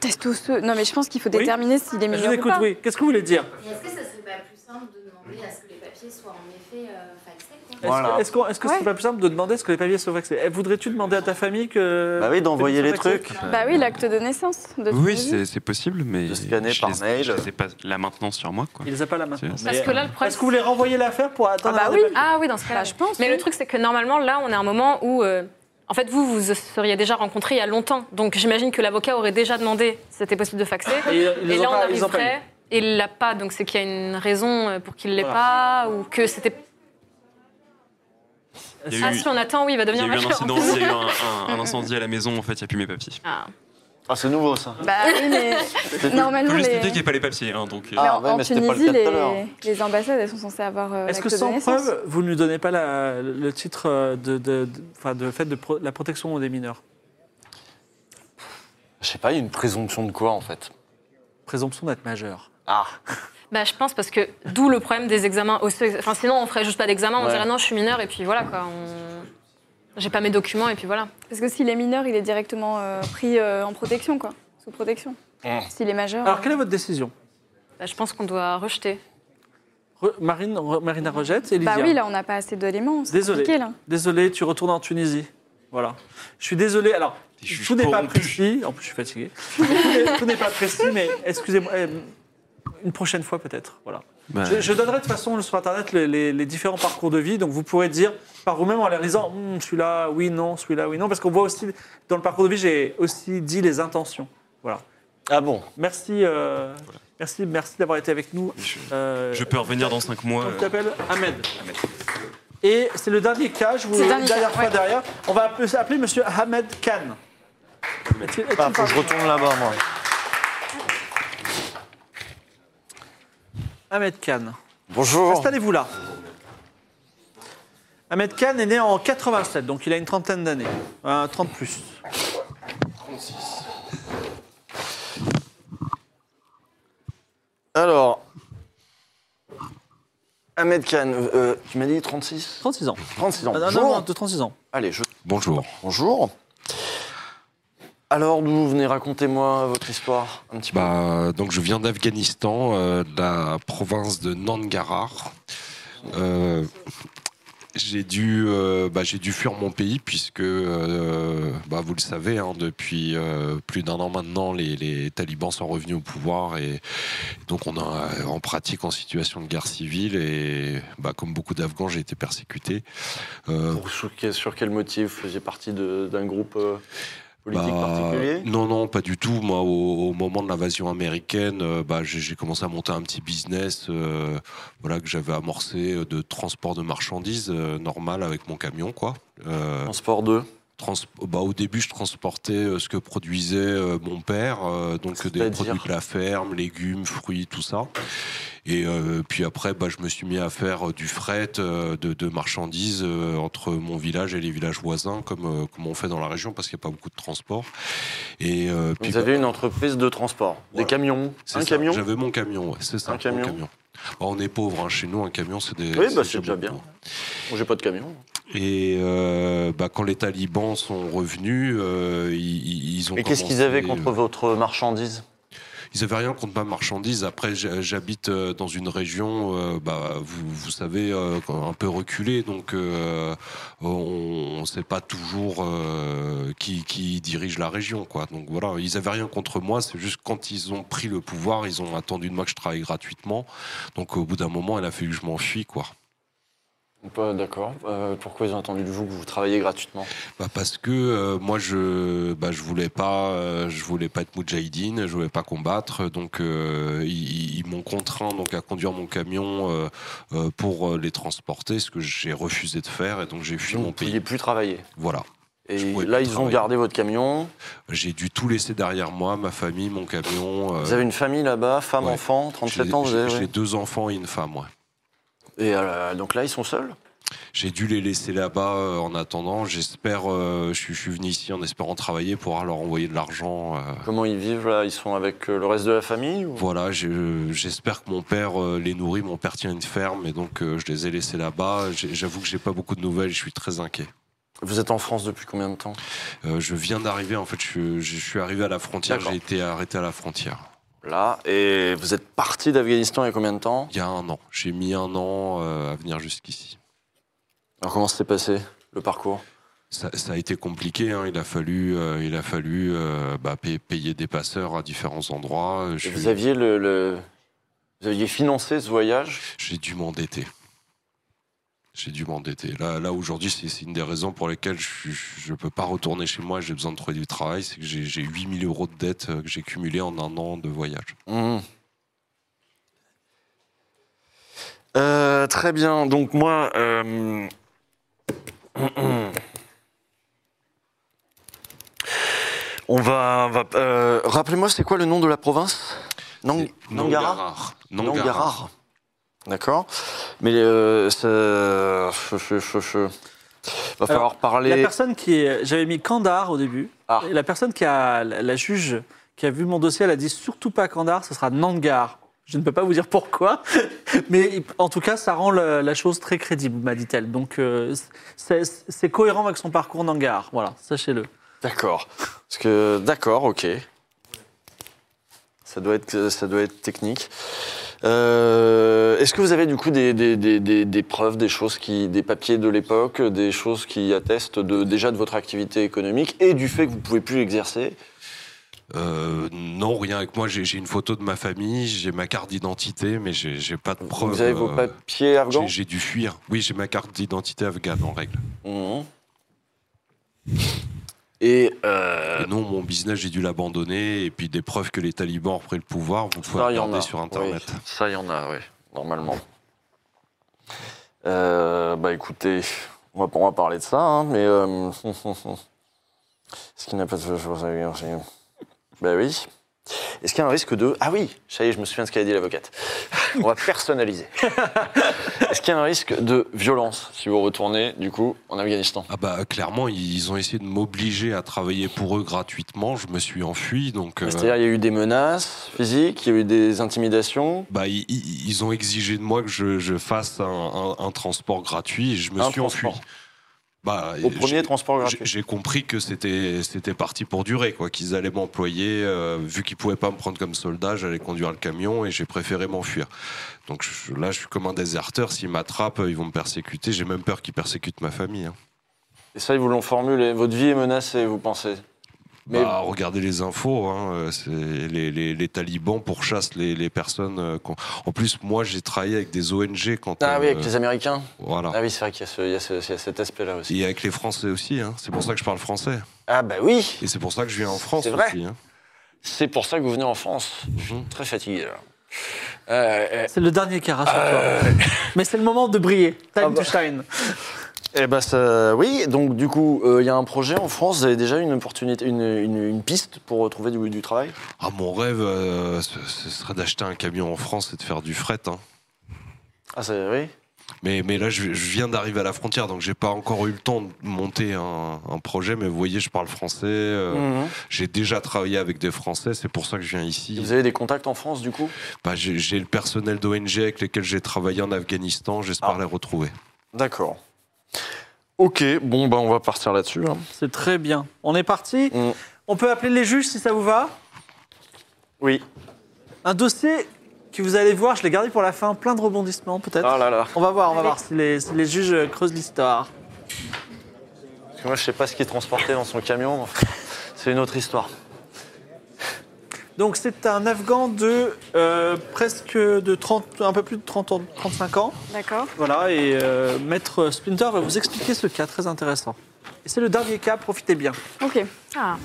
C: test osseux. Non, mais je pense qu'il faut
A: Oui.
C: déterminer s'il est
A: Je
G: Euh,
C: mineur.
A: vous
C: ou
A: écoute,
C: pas.
A: oui. Qu'est-ce que vous voulez dire
D: Mais est-ce que ça serait pas plus simple de demander à ce que les papiers soient en effet euh, falsés quoi
A: Est-ce
B: Voilà.
A: que- est-ce qu'on- est-ce que c'est
C: Ouais.
A: pas plus simple de demander ce que les papiers sont vaccinés Eh, Voudrais-tu demander à ta famille que.
B: Bah oui, d'envoyer
A: que
B: les
A: sont vaccinés
B: trucs.
C: Bah oui, l'acte de naissance. De
E: Oui,
C: Tunisie.
E: c'est c'est possible, mais.
B: De scanner
E: je
B: par
E: les-
B: mail.
E: Je les ai pas là maintenant sur moi, quoi.
A: Il les a pas là maintenant. euh,
E: C'est-
G: parce que là, le problème.
A: Est-ce que vous voulez renvoyer l'affaire pour attendre
C: Ah bah
A: un
C: oui.
A: débat
G: Ah oui, dans ce cas-là,
C: Bah, je pense,
G: Mais
C: oui.
G: le truc, c'est que normalement, là, on est à un moment où, euh, en fait, vous, vous seriez déjà rencontrés il y a longtemps. Donc, j'imagine que l'avocat aurait déjà demandé si c'était possible de faxer.
A: Et ils les
G: Et
A: ont
G: là, on
A: pas- ils ont pas
G: arriverait. Et il l'a pas, donc c'est qu'il y a une raison euh, pour qu'il l'ait pas, ou que c'était.
E: Il y a
G: Ah,
E: eu,
G: si on attend, oui, il va
E: il y a
G: devenir
E: eu un
G: majeur.
E: incident, il y a eu un, un- un incendie à la maison, en fait, il n'y a plus mes papiers.
G: <laughs> Ah.
B: Ah, c'est nouveau ça.
C: Bah oui,
B: <laughs>
C: mais normalement,
E: Faut juste
C: les...
E: expliquer qu'il n'y a pas les papiers, hein, donc. euh,
C: mais
B: Ah,
C: en,
B: ouais,
C: en
B: mais c'était pas le cas
C: Tunisie,
B: tout à
C: les...
B: l'heure.
C: les ambassades, elles sont censées avoir euh,
A: Est-ce
C: l'acte
A: que
C: de
A: sans
C: naissance.
A: preuve, vous ne donnez pas la- le titre euh, de, de, de- enfin, de fait de pro- la protection des mineurs
B: Je sais pas, il y a une présomption de quoi en fait
A: Présomption d'être majeur.
B: Ah,
G: Bah, je pense parce que d'où le problème des examens osseux. Enfin, sinon, on ferait juste pas d'examen, on
B: Ouais.
G: dirait non, je suis mineur, et puis voilà quoi. on- J'ai pas mes documents, et puis voilà.
C: Parce que s'il est mineur, il est directement euh, pris euh, en protection, quoi. Sous protection.
B: Ah.
C: S'il est majeur.
A: Alors,
C: euh,
A: quelle est votre décision
G: Bah, je pense qu'on doit rejeter.
A: Re- Marine, re- Marina rejette et Lydia.
C: Bah oui, là, on n'a pas assez d'éléments. c'est
A: Désolé.
C: compliqué, là.
A: Désolé, tu retournes en Tunisie. Voilà. Je suis désolé. Alors,
E: Je suis
A: tout n'est pas
E: corrompu.
A: précis. En plus, je suis fatigué. <laughs> Tout n'est- tout n'est pas précis, mais excusez-moi. euh, Une prochaine fois, peut-être. Voilà.
E: bah,
A: Je, je donnerai de toute façon sur Internet les, les- les différents parcours de vie. Donc, vous pourrez dire par vous-même en les lisant Hum, celui-là, oui, non, celui-là, oui, non. Parce qu'on voit aussi, dans le parcours de vie, j'ai aussi dit les intentions. Voilà.
B: ah bon
A: Merci, euh, merci, merci d'avoir été avec nous.
E: je,
A: Euh,
E: je peux revenir dans 5 mois.
A: on
E: euh,
A: t'appelle Ahmed. Et c'est le dernier cas, je vous
C: C'est le dernier
A: dernière
C: cas,
A: fois
C: ouais.
A: derrière. On va appeler, appeler monsieur Ahmed Khan. Est-il- est-il
B: Ah, faut que je
A: parmi-
B: retourne là-bas moi.
A: Ahmed Khan.
B: Bonjour.
A: Installez-vous là. Ahmed Khan est né en 87, donc il a une trentaine d'années. Euh, 30 plus.
B: Alors, Ahmed Khan, euh, Ah, tu m'as dit 36
A: 36 ans.
B: 36 ans.
A: Un homme
B: Bonjour.
A: de 36 ans.
B: Allez, je...
E: Bonjour.
B: Bonjour. Alors, d'où vous venez Racontez-moi votre histoire un petit peu.
H: Bah, donc je viens d'Afghanistan, euh, de la province de Nangarhar. Euh, j'ai dû, euh, bah, j'ai dû fuir mon pays puisque, euh, bah, vous le savez, hein, depuis euh, plus d'un an maintenant, les, les talibans sont revenus au pouvoir et donc on est en pratique en situation de guerre civile et, bah, comme beaucoup d'Afghans, j'ai été persécuté. Euh,
B: Pour- sur, quel, sur quel motif Vous faisiez partie de- d'un groupe euh, politique
H: Bah,
B: particulier
H: Non, non, pas du tout. Moi, au, au moment de l'invasion américaine, euh, bah, j'ai j'ai commencé à monter un petit business euh, voilà, que j'avais amorcé euh, de transport de marchandises euh, normal avec mon camion. Quoi. Euh,
B: Transport 2.
H: trans- bah, au début, je transportais euh, ce que produisait euh, mon père, euh, donc des
B: C'est-à-dire
H: produits de la ferme, légumes, fruits, tout ça. Et euh, puis après, bah, je me suis mis à faire euh, du fret euh, de, de marchandises euh, entre mon village et les villages voisins, comme, euh, comme on fait dans la région, parce qu'il n'y a pas beaucoup de transport. Et euh, puis,
B: Vous
H: bah,
B: avez une entreprise de transport. Des
H: Voilà.
B: camions.
H: c'est
B: Un
H: ça,
B: camion
H: J'avais mon camion, ouais, c'est ça.
B: Un
H: mon
B: camion.
H: Bah, on est pauvre, hein, chez nous, un camion, c'est des.
B: Oui, bah, c'est déjà bien.
H: beaucoup.
B: Bon, J'ai pas de camion.
H: Et euh, bah, quand les talibans sont revenus, euh, ils, ils ont.
B: Et qu'est-ce qu'ils
H: commencé,
B: avaient
H: euh,
B: contre votre marchandise
H: Ils avaient rien contre ma marchandise. Après, j'- j'habite euh, dans une région, euh, bah, vous, vous savez, euh, un peu reculée, donc euh, on ne sait pas toujours euh, qui, qui dirige la région, quoi. Donc voilà, ils avaient rien contre moi. C'est juste quand ils ont pris le pouvoir, ils ont attendu de moi que je travaille gratuitement. Donc au bout d'un moment, il a fallu que je m'enfuis, quoi.
B: Pas D'accord. Euh, pourquoi ils ont attendu de vous que vous travaillez gratuitement
H: Bah, parce que euh, moi je bah, je voulais pas euh, je voulais pas être moudjahidine, je voulais pas combattre donc euh, ils, ils m'ont contraint donc à conduire mon camion euh, euh, pour euh, les transporter ce que j'ai refusé de faire et donc j'ai fui
B: Vous
H: mon
B: ne pouviez
H: pays.
B: plus travailler.
H: Voilà.
A: Je
B: Et
A: pouvais
B: là,
A: pas
B: ils ont
A: travailler.
B: gardé votre camion.
A: J'ai dû tout laisser derrière moi, ma famille, mon camion. euh,
B: Vous avez une famille là-bas, femme,
A: ouais.
B: enfant, 37
A: j'ai-
B: ans, vous
A: J'ai
B: avez.
A: j'ai deux enfants et une femme, ouais.
B: Et euh, donc là, ils sont seuls
A: J'ai dû les laisser là-bas euh, en attendant. J'espère, euh, je, suis- je suis venu ici en espérant travailler pour leur envoyer de l'argent. euh.
B: Comment ils vivent là Ils sont avec euh, le reste de la famille ou-
A: Voilà, je- j'espère que mon père euh, les nourrit. Mon père tient une ferme et donc euh, je les ai laissés là-bas. J'ai- J'avoue que j'ai pas beaucoup de nouvelles. Je suis très inquiet.
B: Vous êtes en France depuis combien de temps
A: Euh, je viens d'arriver. En fait, je, je suis arrivé à la frontière.
B: D'accord.
A: J'ai été arrêté à la frontière.
B: Là. Et vous êtes parti d'Afghanistan il y a combien de temps
A: Il y a un an. J'ai mis un an euh, à venir jusqu'ici.
B: Alors comment s'est passé le parcours
A: Ça, ça a été compliqué. hein. Il a fallu, euh, il a fallu euh, bah, payer, payer des passeurs à différents endroits. Je suis-
B: Et Vous aviez le, le- vous aviez financé ce voyage
A: J'ai dû m'endetter. J'ai dû m'endetter. Là, là aujourd'hui, c'est c'est une des raisons pour lesquelles je ne peux pas retourner chez moi. J'ai besoin de trouver du travail. C'est que j'ai j'ai 8000 euros de dettes euh, que j'ai cumulées en un an de voyage.
B: Mhm. Euh, Très bien. Donc moi, euh, <clears throat> on va, on va- euh, rappelez-moi, c'est quoi le nom de la province Nang-
A: C'est
B: Nangara.
E: euh.
B: Non,
A: Nangara.
B: Garard. D'accord. Mais euh, ça- che- che- che- che. va falloir
I: La
B: parler.
I: personne qui est. J'avais mis Kandar au début.
B: Ah.
I: Et la personne qui a. La, la juge qui a vu mon dossier, elle a dit surtout pas Kandar, ce sera Nangar. Je ne peux pas vous dire pourquoi, <laughs> mais en tout cas, ça rend la, la chose très crédible, m'a dit-elle. Donc, euh, c'est c'est cohérent avec son parcours Nangar. Voilà, sachez-le.
B: D'accord. Parce que d'accord, ok. Ça doit être, ça doit être technique. Euh, Est-ce que vous avez du coup des, des- des- des- des preuves, des choses qui, des papiers de l'époque, des choses qui attestent de, déjà de votre activité économique et du fait que vous pouvez plus exercer
A: Euh, non, rien avec moi. J'ai j'ai une photo de ma famille, j'ai ma carte d'identité, mais j'ai j'ai pas de euh, preuve.
B: Vous avez vos papiers afghans
A: J'ai dû fuir. Oui, j'ai ma carte d'identité afghane en règle.
B: Mhm. Et euh,
A: Et non, mon business, j'ai dû l'abandonner. Et puis des preuves que les talibans ont repris le pouvoir, vous pouvez
B: Ça, il y en
A: regarder
B: a,
A: sur Internet.
B: oui. Ça, il y en a, oui, normalement. Euh, bah écoutez, on va, on va parler de ça, hein, mais. euh, <laughs> Est-ce qu'il n'y a pas de. je pense que- Bah oui. Est-ce qu'il y a un risque de. Ah oui, ça y est, je me souviens de ce qu'a dit l'avocate. On va
A: <laughs>
B: personnaliser. Est-ce qu'il y a un risque de violence si vous retournez, du coup, en Afghanistan
A: Ah bah clairement, ils ont essayé de m'obliger à travailler pour eux gratuitement. Je me suis enfui, donc euh,
B: C'est-à-dire, il y a eu des menaces physiques, il y a eu des intimidations.
A: bah, ils, ils- ils ont exigé de moi que je, je fasse un, un- un transport gratuit. Et je me
B: Un
A: suis
B: transport.
A: enfui. Bah,
B: Au premier
A: j'ai-
B: transport
A: j'ai-
B: gratuit.
A: J'ai compris que c'était c'était parti pour durer, quoi. Qu'ils allaient m'employer, euh, vu qu'ils pouvaient pas me prendre comme soldat, j'allais conduire le camion et j'ai préféré m'enfuir. Donc je- là, je suis comme un déserteur. S'ils m'attrapent, ils vont me persécuter. J'ai même peur qu'ils persécutent ma famille. hein.
B: Et ça, ils vous l'ont formulé. Votre vie est menacée, vous pensez Mais-
A: Bah, regardez les infos, hein, euh, c'est- les, les- les talibans pourchassent les, les personnes. euh, qu'on- En plus, moi, j'ai travaillé avec des ONG quand.
B: Ah
A: on,
B: oui, avec
A: euh,
B: les Américains.
A: Voilà.
B: Ah oui, c'est vrai qu'il y, a ce- il y a ce- il y a cet aspect-là aussi.
A: Et avec les Français aussi, hein. c'est pour ça que je parle français.
B: Ah bah oui,
A: Et c'est pour ça que je viens en France
B: C'est vrai.
A: aussi. hein. Mhm.
B: c'est pour ça que vous venez en France. Je suis très fatigué là. Euh, euh,
I: C'est le dernier carat sur
A: Euh.
I: toi. Mais c'est le moment de briller. Time
B: Ah
I: to
B: bah.
I: shine.
B: eh ben ça, oui, donc du coup, euh, il y a un projet en France, vous avez déjà une opportunité, une, une- une piste pour trouver du, du travail
A: Ah, mon rêve, euh, ce, ce serait d'acheter un camion en France et de faire du fret. hein.
B: Ah ça, oui
A: Mais, mais là, je, je viens d'arriver à la frontière, donc j'ai pas encore eu le temps de monter un, un projet. Mais vous voyez, je parle français. euh,
B: Mhm.
A: J'ai déjà travaillé avec des Français, c'est pour ça que je viens ici.
B: Vous avez des contacts en France du coup
A: Bah, j'ai j'ai le personnel d'ONG avec lesquels j'ai travaillé en Afghanistan, j'espère
B: Ah.
A: les retrouver.
B: D'accord. Ok, bon bah on va partir là-dessus. hein.
I: C'est très bien. On est parti.
B: Mm.
I: On peut appeler les juges si ça vous va
B: Oui.
I: Un dossier que vous allez voir, je l'ai gardé pour la fin, plein de rebondissements peut-être.
B: Ah là là.
I: On va voir, on va voir si les, si les juges euh, creusent l'histoire.
B: Parce que moi je sais pas ce qui est transporté dans son camion. mais <laughs> enfin, C'est une autre histoire.
I: Donc c'est un Afghan de euh, presque de 30, un peu plus de 30 ans, 35 ans.
G: D'accord.
I: Voilà, et euh, Maître Splinter va vous expliquer ce cas très intéressant. Et c'est le dernier cas, profitez bien.
G: Ok.
C: Ah,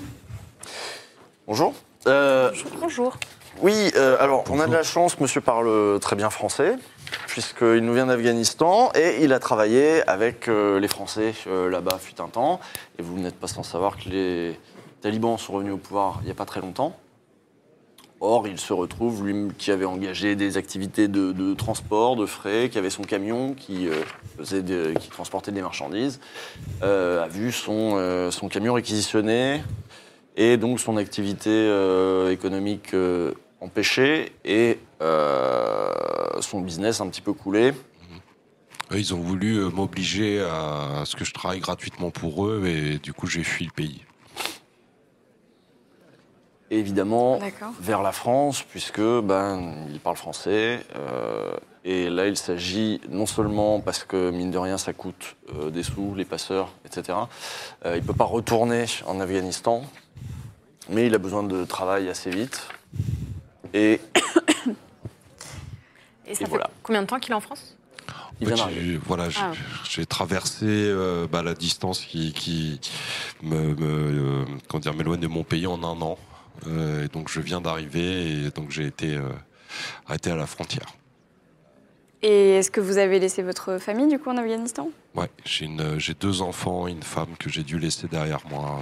B: Bonjour. Euh,
C: bonjour.
B: Oui, euh, alors on a de la chance, monsieur parle euh, très bien français. puisqu'il nous vient d'Afghanistan et il a travaillé avec euh, les Français euh, là-bas fut un temps. Et vous n'êtes pas sans savoir que les talibans sont revenus au pouvoir il n'y a pas très longtemps. Or, il se retrouve, lui qui avait engagé des activités de, de transport, de frais, qui avait son camion qui, euh, faisait des- qui transportait des marchandises, euh, a vu son, euh, son camion réquisitionné et donc son activité euh, économique euh, empêchée et euh, son business un petit peu coulé.
A: Eux, Ils ont voulu euh, m'obliger à à ce que je travaille gratuitement pour eux et du coup j'ai fui le pays.
B: Et évidemment
C: D'accord.
B: vers la France, puisque ben, il parle français. euh, et là, il s'agit non seulement parce que, mine de rien, ça coûte euh, des sous, les passeurs, etc. Euh, il ne peut pas retourner en Afghanistan, mais il a besoin de travail assez vite. Et
G: Et ça
B: Et
G: fait
B: voilà.
G: combien de temps qu'il est en France
B: il
A: En fait,
B: vient d'arriver.
A: j'ai- voilà, j'ai-
G: Ah.
A: j'ai traversé euh, bah, la distance qui, qui me, me, euh, comment dire, m'éloigne de mon pays en un an. Euh, et donc je viens d'arriver et donc j'ai été euh, arrêté à la frontière.
C: Et est-ce que vous avez laissé votre famille du coup en Afghanistan
A: Ouais, j'ai une- euh, j'ai deux enfants, et une femme que j'ai dû laisser derrière moi.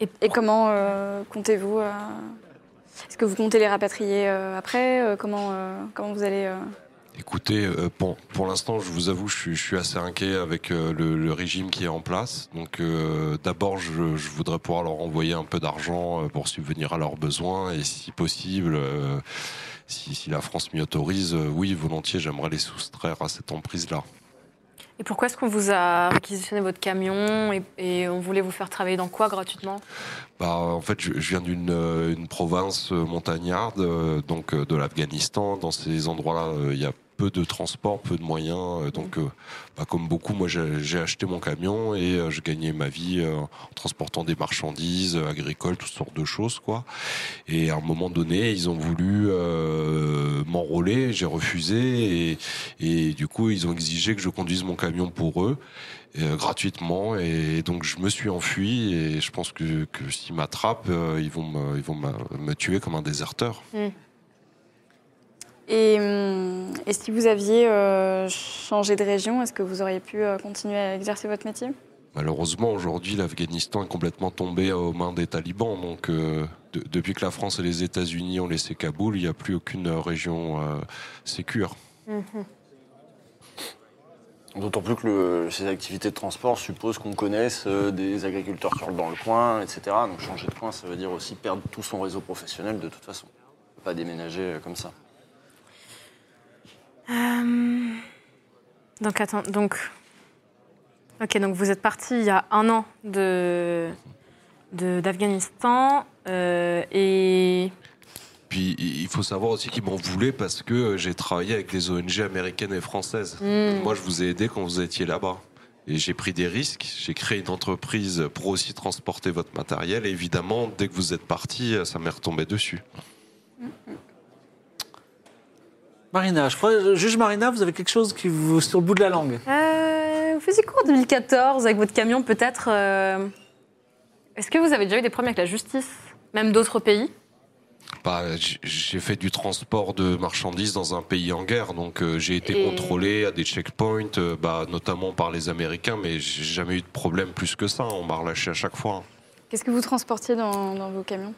A: euh.
C: Et comment euh, comptez-vous euh, Est-ce que vous comptez les rapatrier euh, après Euh, Comment euh, comment vous allez euh,
A: Écoutez, euh, pour, pour l'instant, je vous avoue, je, suis- je suis assez inquiet avec euh, le, le régime qui est en place. Donc, euh, d'abord, je, je voudrais pouvoir leur envoyer un peu d'argent euh, pour subvenir à leurs besoins. Et si possible, euh, si, si la France m'y autorise, euh, oui, volontiers, j'aimerais les soustraire à cette emprise-là.
G: Et pourquoi est-ce qu'on vous a réquisitionné votre camion et, et on voulait vous faire travailler dans quoi gratuitement
A: Bah, en fait, je, je viens d'une euh, une province euh, montagnarde, euh, donc euh, de l'Afghanistan. Dans ces endroits-là, euh, il y a peu de transport, peu de moyens. euh, donc, euh, bah, comme beaucoup, moi, j'ai j'ai acheté mon camion et euh, je gagnais ma vie euh, en transportant des marchandises euh, agricoles, toutes sortes de choses, quoi. Et à un moment donné, ils ont voulu euh, m'enrôler, j'ai refusé et, et du coup, ils ont exigé que je conduise mon camion pour eux euh, gratuitement et donc je me suis enfui et je pense que, que s'ils m'attrapent, euh, ils vont, me, ils vont me, me tuer comme un déserteur.
C: Et, hum, et si vous aviez euh, changé de région, est-ce que vous auriez pu euh, continuer à exercer votre métier
A: Malheureusement, aujourd'hui, l'Afghanistan est complètement tombé aux mains des talibans. Donc, euh, de- depuis que la France et les États-Unis ont laissé Kaboul, il n'y a plus aucune région euh, sécure.
B: D'autant plus que le- ces activités de transport supposent qu'on connaisse euh, des agriculteurs qui sont dans le coin, etc. Donc changer de coin, ça veut dire aussi perdre tout son réseau professionnel de toute façon. On peut pas déménager euh, comme ça.
G: Euh, Donc attends, donc. Ok, donc vous êtes parti il y a un an de de- d'Afghanistan euh, et
A: Puis, il il faut savoir aussi qu'ils m'en voulaient parce que euh, j'ai travaillé avec les ONG américaines et françaises.
G: Hmm. Mm.
A: Moi, je vous ai aidé quand vous étiez là-bas. Et j'ai pris des risques. J'ai créé une entreprise pour aussi transporter votre matériel. Et évidemment, dès que vous êtes parti, euh, ça m'est retombé dessus.
J: Marina, je crois, euh, juge Marina, vous avez quelque chose qui vous sur le bout de la langue.
G: Euh, vous faisiez quoi en 2014 avec votre camion peut-être euh, Est-ce que vous avez déjà eu des problèmes avec la justice, même d'autres pays
A: Bah, j- j'ai fait du transport de marchandises dans un pays en guerre. Donc, euh, j'ai été
G: Et-
A: contrôlé à des checkpoints, euh, bah, notamment par les Américains. Mais j'ai jamais eu de problème plus que ça. On m'a relâché à chaque fois.
C: Qu'est-ce que vous transportiez dans, dans vos camions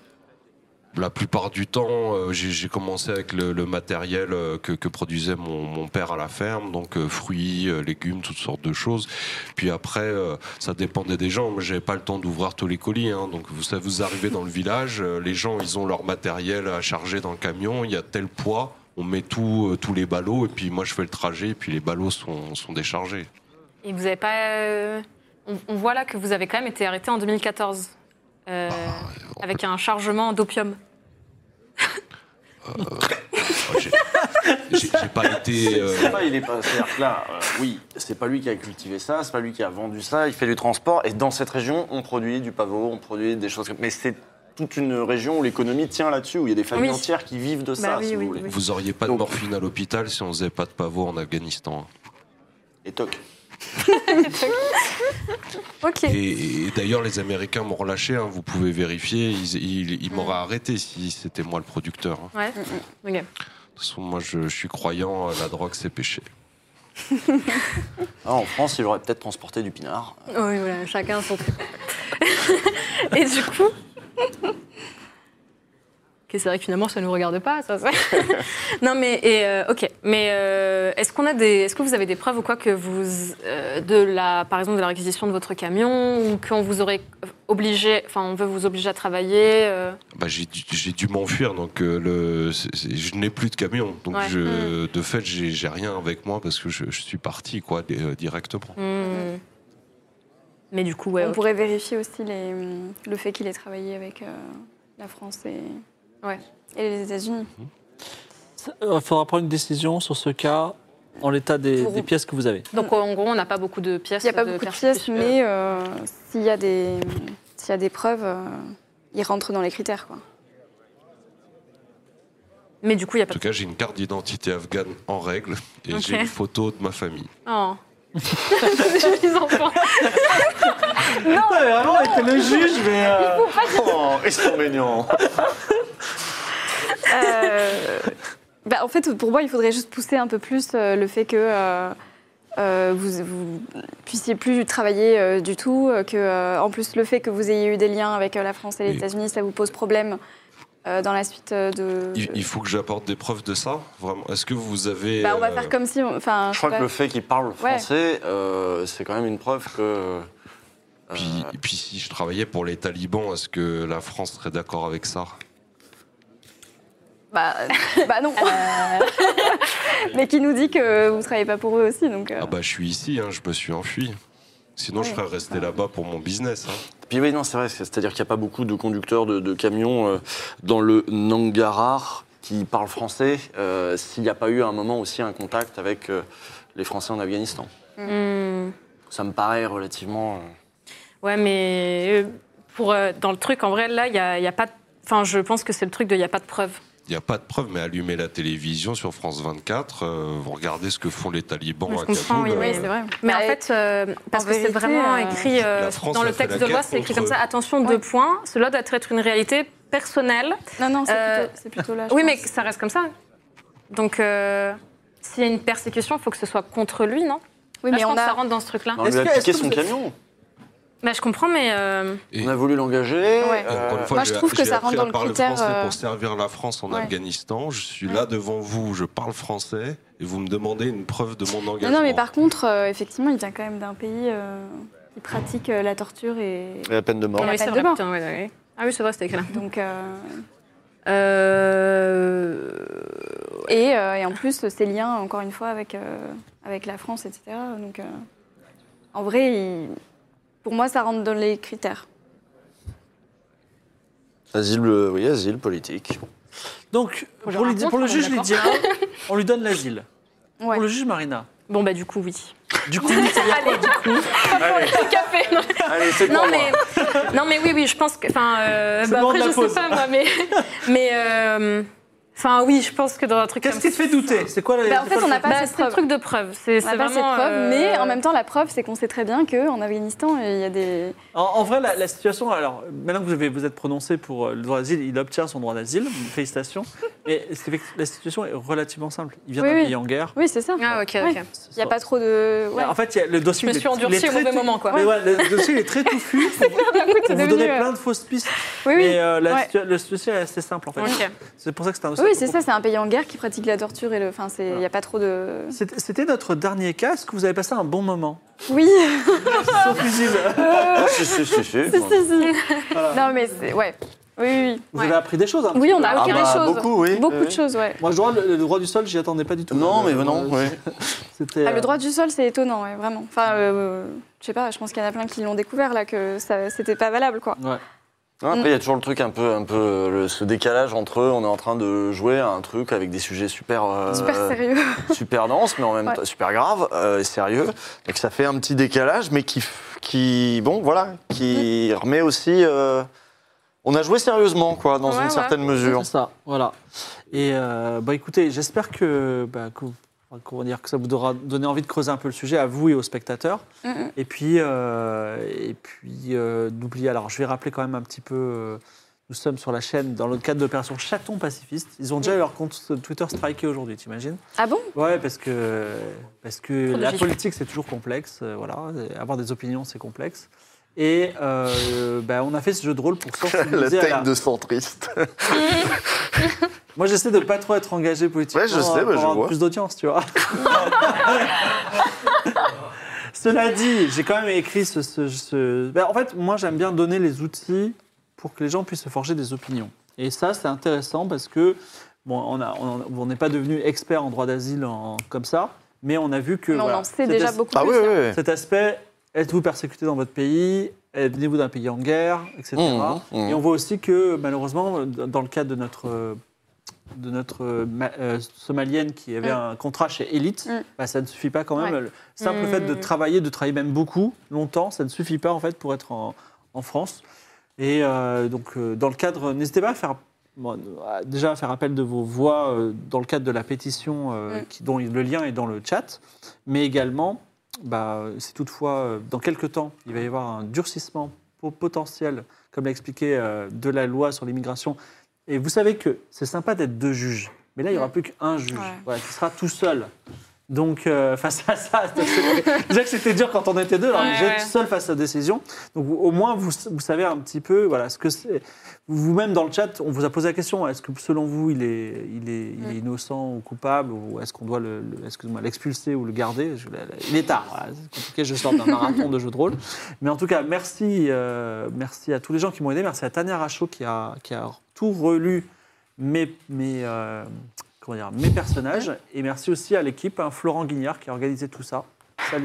A: La plupart du temps, euh, j'ai j'ai commencé avec le, le matériel euh, que, que produisait mon, mon père à la ferme, donc euh, fruits, euh, légumes, toutes sortes de choses. Puis après, euh, ça dépendait des gens. Moi, j'avais pas le temps d'ouvrir tous les colis, hein. donc vous, ça vous arrivez dans le village, euh, les gens, ils ont leur matériel à charger dans le camion, il y a tel poids, on met tout, euh, tous les ballots, et puis moi je fais le trajet, et puis les ballots sont, sont déchargés.
G: Et vous avez pas euh, on, on voit là que vous avez quand même été arrêté en 2014 euh,
B: Ah,
G: avec un chargement d'opium.
A: J'ai j'ai- j'ai pas été... euh,
B: C'est pas- il est pas, c'est-à-dire que là, euh, oui, c'est pas lui qui a cultivé ça, c'est pas lui qui a vendu ça, il fait du transport. Et dans cette région, on produit du pavot, on produit des choses comme. Mais c'est toute une région où l'économie tient là-dessus, où il y a des familles
G: Oui. Bah
B: entières qui vivent de ça,
G: oui,
B: si
G: oui,
B: vous voulez.
G: oui.
A: Vous auriez pas de
B: Donc-
A: morphine à l'hôpital si on faisait pas de pavot en Afghanistan.
B: Et toc.
G: <laughs>
C: Ok.
A: Et, et d'ailleurs, les Américains m'ont relâché, hein, vous pouvez vérifier, ils, ils- ils m'auraient arrêté si c'était moi le producteur. hein.
G: Ouais. Mm, Ok.
A: De
H: toute façon, moi, je, je suis croyant, euh, la drogue, c'est péché.
B: Ah, en France, il aurait peut-être transporté du pinard.
G: Oui, voilà, chacun son truc. <laughs> Et du coup. Ok, c'est vrai que finalement, ça ne nous regarde pas, ça. <laughs> ça. non, mais. et, euh, ok. Mais euh, est-ce, qu'on a des, est-ce que vous avez des preuves ou quoi que vous. euh, de la, par exemple, de la réquisition de votre camion ou qu'on vous aurait obligé. Enfin, on veut vous obliger à travailler euh,
H: Bah, j'ai dû, j'ai dû m'enfuir, donc euh, le, c'est- c'est- je n'ai plus de camion. Donc,
G: Ouais. Mm.
H: je, de fait, j'ai j'ai rien avec moi parce que je, je suis parti, quoi, dé- euh, directement.
G: hmm. Mais du coup, ouais.
C: On
G: ok.
C: pourrait vérifier aussi les, hum, le fait qu'il ait travaillé avec euh, la France et,
G: Ouais.
C: et les États-Unis.
A: Il euh, faudra prendre une décision sur ce cas en l'état des,
C: Pour-
A: des pièces que vous avez.
G: Donc, en gros, on n'a pas beaucoup de pièces.
C: Il n'y a pas beaucoup de pièces,
G: perspective.
C: mais euh, s'il y, a des- s'il y a des preuves, euh, il rentre dans les critères. Quoi.
G: Mais du coup, il n'y a
H: En
G: pas
H: tout
G: de.
H: cas, j'ai une carte d'identité afghane en règle et
G: Ok.
H: j'ai une photo de ma famille.
G: Oh. <laughs> les enfants.
A: Putain, mais vraiment, t'es le juge, mais. euh,
B: Oh, inconvénient
C: Euh, bah, en fait, pour moi, il faudrait juste pousser un peu plus euh, le fait que euh, euh, vous, vous puissiez plus travailler euh, du tout, euh, que euh, en plus le fait que vous ayez eu des liens avec euh, la France et les
H: Et-
C: États-Unis, ça vous pose problème euh, dans la suite euh, de.
H: Il, il faut que j'apporte des preuves de ça, vraiment. Est-ce que vous avez.
C: Bah, on va
H: euh,
C: faire comme si, on- enfin,
B: Je
C: je
B: crois
C: sais
B: que
C: pas.
B: le fait qu'il parle français, euh, c'est quand même une preuve que. euh, Ah.
H: Puis, et puis si je travaillais pour les talibans, est-ce que la France serait d'accord avec ça
C: bah, bah non. <laughs> Mais qui nous dit que vous travaillez pas pour eux aussi, donc. euh,
H: Ah bah je suis ici, hein, je me suis enfui. Sinon je serais resté là-bas pour mon business. hein.
B: Puis oui, non, c'est vrai, c'est- c'est-à-dire qu'il n'y a pas beaucoup de conducteurs de, de camions euh, dans le Nangarhar qui parlent français euh, s'il n'y a pas eu à un moment aussi un contact avec euh, les Français en Afghanistan.
G: Hmm.
B: Ça me paraît relativement. euh,
G: Ouais, mais euh, pour, euh, dans le truc, en vrai, là, il n'y a, il y a pas de- Enfin, je pense que c'est le truc de il n'y a pas de preuve.
H: Il n'y a pas de preuve, mais allumez la télévision sur France 24, euh, vous regardez ce que font les talibans
G: Mais je
H: à
G: comprends,
H: Kaboul.
G: oui,
C: oui,
H: euh,
C: c'est vrai. Bah,
G: Mais en
C: Ouais.
G: fait, euh, parce
C: en
G: que c'est
C: vérité,
G: vraiment
C: euh,
G: écrit euh,
H: La France
G: dans le
H: a fait
G: texte
H: la
G: de loi,
H: guerre
G: c'est écrit comme
H: contre
G: ça,
H: eux.
G: attention,
C: Ouais.
G: deux points, cela doit être une réalité personnelle.
C: Non, non, c'est
G: Euh,
C: plutôt, c'est plutôt là. Ah, je
G: oui, mais
C: pense.
G: ça reste comme ça. Donc, euh, s'il y a une persécution, il faut que ce soit contre lui, non
C: oui,
G: Là,
C: mais
G: je
C: on
G: pense Ah. que ça
C: a.
G: rentre dans ce truc-là.
B: On lui
A: Est-ce
B: a
A: que- est-ce
B: piqué
A: que
B: son
A: vous-
B: camion.
G: Bah, je comprends, mais... euh,
H: Et-
B: On a voulu l'engager.
C: Ouais.
B: euh,
H: Encore une fois,
C: Moi, je
H: j'ai-
C: trouve que
H: j'ai
C: ça
H: appris
C: rentre
H: à
C: dans le
H: parler
C: critère,
H: français
C: euh,
H: pour servir la France en
C: ouais.
H: Afghanistan. Je suis là devant vous, je parle français et vous me demandez une preuve de mon
C: Non,
H: engagement.
C: non, mais par contre, euh, effectivement, il vient quand même d'un pays euh, qui pratique euh, la torture et.
B: Et la peine de mort.
C: On
G: ah oui,
C: l'appelle
G: c'est vrai,
C: demain.
G: putain, ouais, ouais, ouais. Ah oui, c'est vrai, c'était écrit là.
C: Donc, euh,
G: Euh...
C: et, euh, et en plus, ses liens, encore une fois, avec, euh, avec la France, etc. Donc, euh, en vrai, il- pour moi, ça rentre dans les critères.
B: Asile, euh, oui, asile politique.
A: Donc,
G: leur
A: pour, lui-
G: raconte,
A: pour le
G: on est
A: juge
G: d'accord.
A: Lydia, on lui donne l'asile.
C: Ouais.
A: Pour le juge Marina.
G: Bon, bah du coup,
C: <laughs>
G: oui.
A: Du coup, ça veut dire quoi, du coup
B: Allez,
G: Café, non
B: allez c'est
G: Non
B: pour
G: mais,
B: moi.
G: non mais oui oui je pense que enfin euh,
A: C'est
G: bah,
A: le moment
G: après
A: de la
G: je
A: pause.
G: sais pas moi
A: <laughs>
G: mais mais euh, enfin oui je pense que dans un truc comme
A: Qu'est-ce qui te fait douter C'est quoi la.
C: Bah, en
A: c'est
C: fait,
A: quoi
C: on
A: le-
C: n'a pas
G: Bah,
C: cette
G: c'est le
C: preuve.
G: truc de preuve c'est
C: On n'a
G: c'est
C: pas
G: vraiment
C: cette preuve,
G: euh,
C: mais en même temps, la preuve, c'est qu'on sait très bien qu'en Afghanistan, il y a des.
A: En, en vrai, la, la situation. Alors, maintenant que vous avez- vous êtes prononcé pour euh, le droit d'asile, il obtient son droit d'asile.
C: <laughs>
A: Félicitations. Mais c'est effect- la situation est relativement simple. Il vient
C: Oui,
A: d'un
C: oui.
A: pays en guerre.
C: Oui, c'est ça.
G: ah ok
C: Ouais.
G: ok
C: Il n'y a pas trop de. Ouais.
A: En fait, il y a- le dossier.
G: Je me
A: il est-
G: suis endurcie
A: il est
G: au
A: très
G: mauvais
A: tou-
G: moment, quoi.
A: Mais voilà, le dossier il est très touffu.
C: <laughs>
A: On vous donnait
C: devenu, euh,
A: plein de fausses pistes.
C: oui, oui.
A: Mais euh, la
C: Ouais.
A: situa- le dossier est assez simple en fait.
G: ok
A: C'est pour ça que c'est un dossier.
C: Oui, c'est ça, c'est un pays en guerre qui pratique la torture et le. Enfin, c'est- il n'y a pas trop de.
A: C'était c'était notre dernier cas. Est-ce que vous avez passé un bon moment
C: Oui, <laughs>
A: Sans fusible.
B: Ah, si, si, si, Ah, si.
C: si, si, si. Non, mais c'est. Ouais. Oui, oui, oui.
A: Vous
G: Ouais.
A: avez appris des choses. hein.
C: Oui, on a
B: Ah
C: appris
B: bah,
C: des choses.
B: beaucoup, oui.
C: Beaucoup
B: Oui,
C: de
B: oui.
C: choses, ouais.
A: Moi, je vois le, le droit du sol, j'y attendais pas du tout.
B: Non, mais
A: Euh,
B: non,
A: euh,
B: ouais.
A: C'était.
C: Ah,
A: euh,
C: le droit du sol, c'est étonnant, ouais, vraiment. Enfin, euh, je sais pas, je pense qu'il y en a plein qui l'ont découvert, là, que ça- c'était pas valable, quoi.
A: Ouais.
B: Non, après, il y a toujours le truc un peu, un peu euh, le- ce décalage entre on est en train de jouer à un truc avec des sujets super, euh,
C: Super sérieux.
B: super denses, mais en même
C: Ouais.
B: temps super graves, euh, et sérieux. Donc ça fait un petit décalage, mais qui, qui bon, voilà, qui remet aussi. euh, on a joué sérieusement, quoi, dans
G: Ouais,
B: une
G: ouais.
B: certaine mesure.
A: C'est ça, voilà. Et euh, bah, écoutez, j'espère que, bah, que, vous- comment dire, que ça vous donnera- donner envie de creuser un peu le sujet à vous et aux spectateurs.
C: Mhm.
A: Et puis, euh, et puis euh, d'oublier. Alors, je vais rappeler quand même un petit peu. euh, Nous sommes sur la chaîne dans le cadre d'opération Chaton Pacifiste. Ils ont déjà eu leur compte Twitter striké aujourd'hui, t'imagines
C: Ah bon
A: Ouais, parce que, parce que
G: Trop
A: la
G: logique.
A: politique, c'est toujours complexe. euh, voilà, Et avoir des opinions, c'est complexe. Et euh, bah, on a fait ce jeu de rôle pour
B: La
A: sensibiliser à la-
B: tête de centriste.
A: Moi, j'essaie de pas trop être engagé politiquement
B: Ouais, je sais,
A: euh, pour
B: bah, je
A: avoir
B: vois.
A: plus d'audience, tu vois. <laughs> Cela dit, j'ai quand même écrit ce... ce- ce- ben, en fait, moi, j'aime bien donner les outils pour que les gens puissent se forger des opinions. Et ça, c'est intéressant parce que, bon, on a- on- on n'est pas devenu expert en droit d'asile en- comme ça, mais on a vu que...
C: Mais on
A: voilà,
C: en sait
A: cet
C: déjà
A: as-
C: beaucoup
B: Ah oui,
C: plus.
B: oui,
C: hein.
B: oui.
A: Cet aspect, êtes-vous persécuté dans votre pays Venez-vous d'un pays en guerre, etc.
B: Mmh, mmh.
A: Et on voit aussi que malheureusement, d- dans le cadre de notre, euh, de notre euh, ma- euh, somalienne qui avait un contrat chez Elite,
C: Mm.
A: bah, ça ne suffit pas quand même.
C: Ouais.
A: Le simple
G: Mm.
A: fait de travailler, de travailler même beaucoup, longtemps, ça ne suffit pas en fait pour être en, en France. Et euh, donc, euh, dans le cadre, n'hésitez pas à faire. bon, à- déjà à faire appel de vos voix euh, dans le cadre de la pétition euh,
C: Mm.
A: qui- dont le lien est dans le chat, mais également, bah, si toutefois, euh, dans quelques temps, il va y avoir un durcissement po- potentiel, comme l'a expliqué, euh, de la loi sur l'immigration. Et vous savez que c'est sympa d'être deux juges, mais là, il n'y aura plus qu'un juge
C: Ouais.
A: voilà, qui sera tout seul. Donc, euh, <laughs> face à ça, c'était- déjà que c'était dur quand on était deux, alors
G: Ouais,
A: déjà
G: ouais.
A: tout seul face à la décision. Donc, vous- au moins, vous, vous savez un petit peu voilà, ce que c'est. Vous-même, dans le chat, on vous a posé la question est-ce que selon vous, il est, il est, il est innocent ou coupable Ou est-ce qu'on doit le- le- excuse-moi, l'expulser ou le garder Je- la- la- Il est tard. voilà. C'est compliqué, je sors d'un marathon de jeux de rôle. Mais en tout cas, merci, euh, merci à tous les gens qui m'ont aidé. Merci à Tania Rachaud qui a, qui a tout relu mes, mes, euh, comment dire, mes personnages. Et merci aussi à l'équipe, hein, Florent Guignard, qui a organisé tout ça. Salut.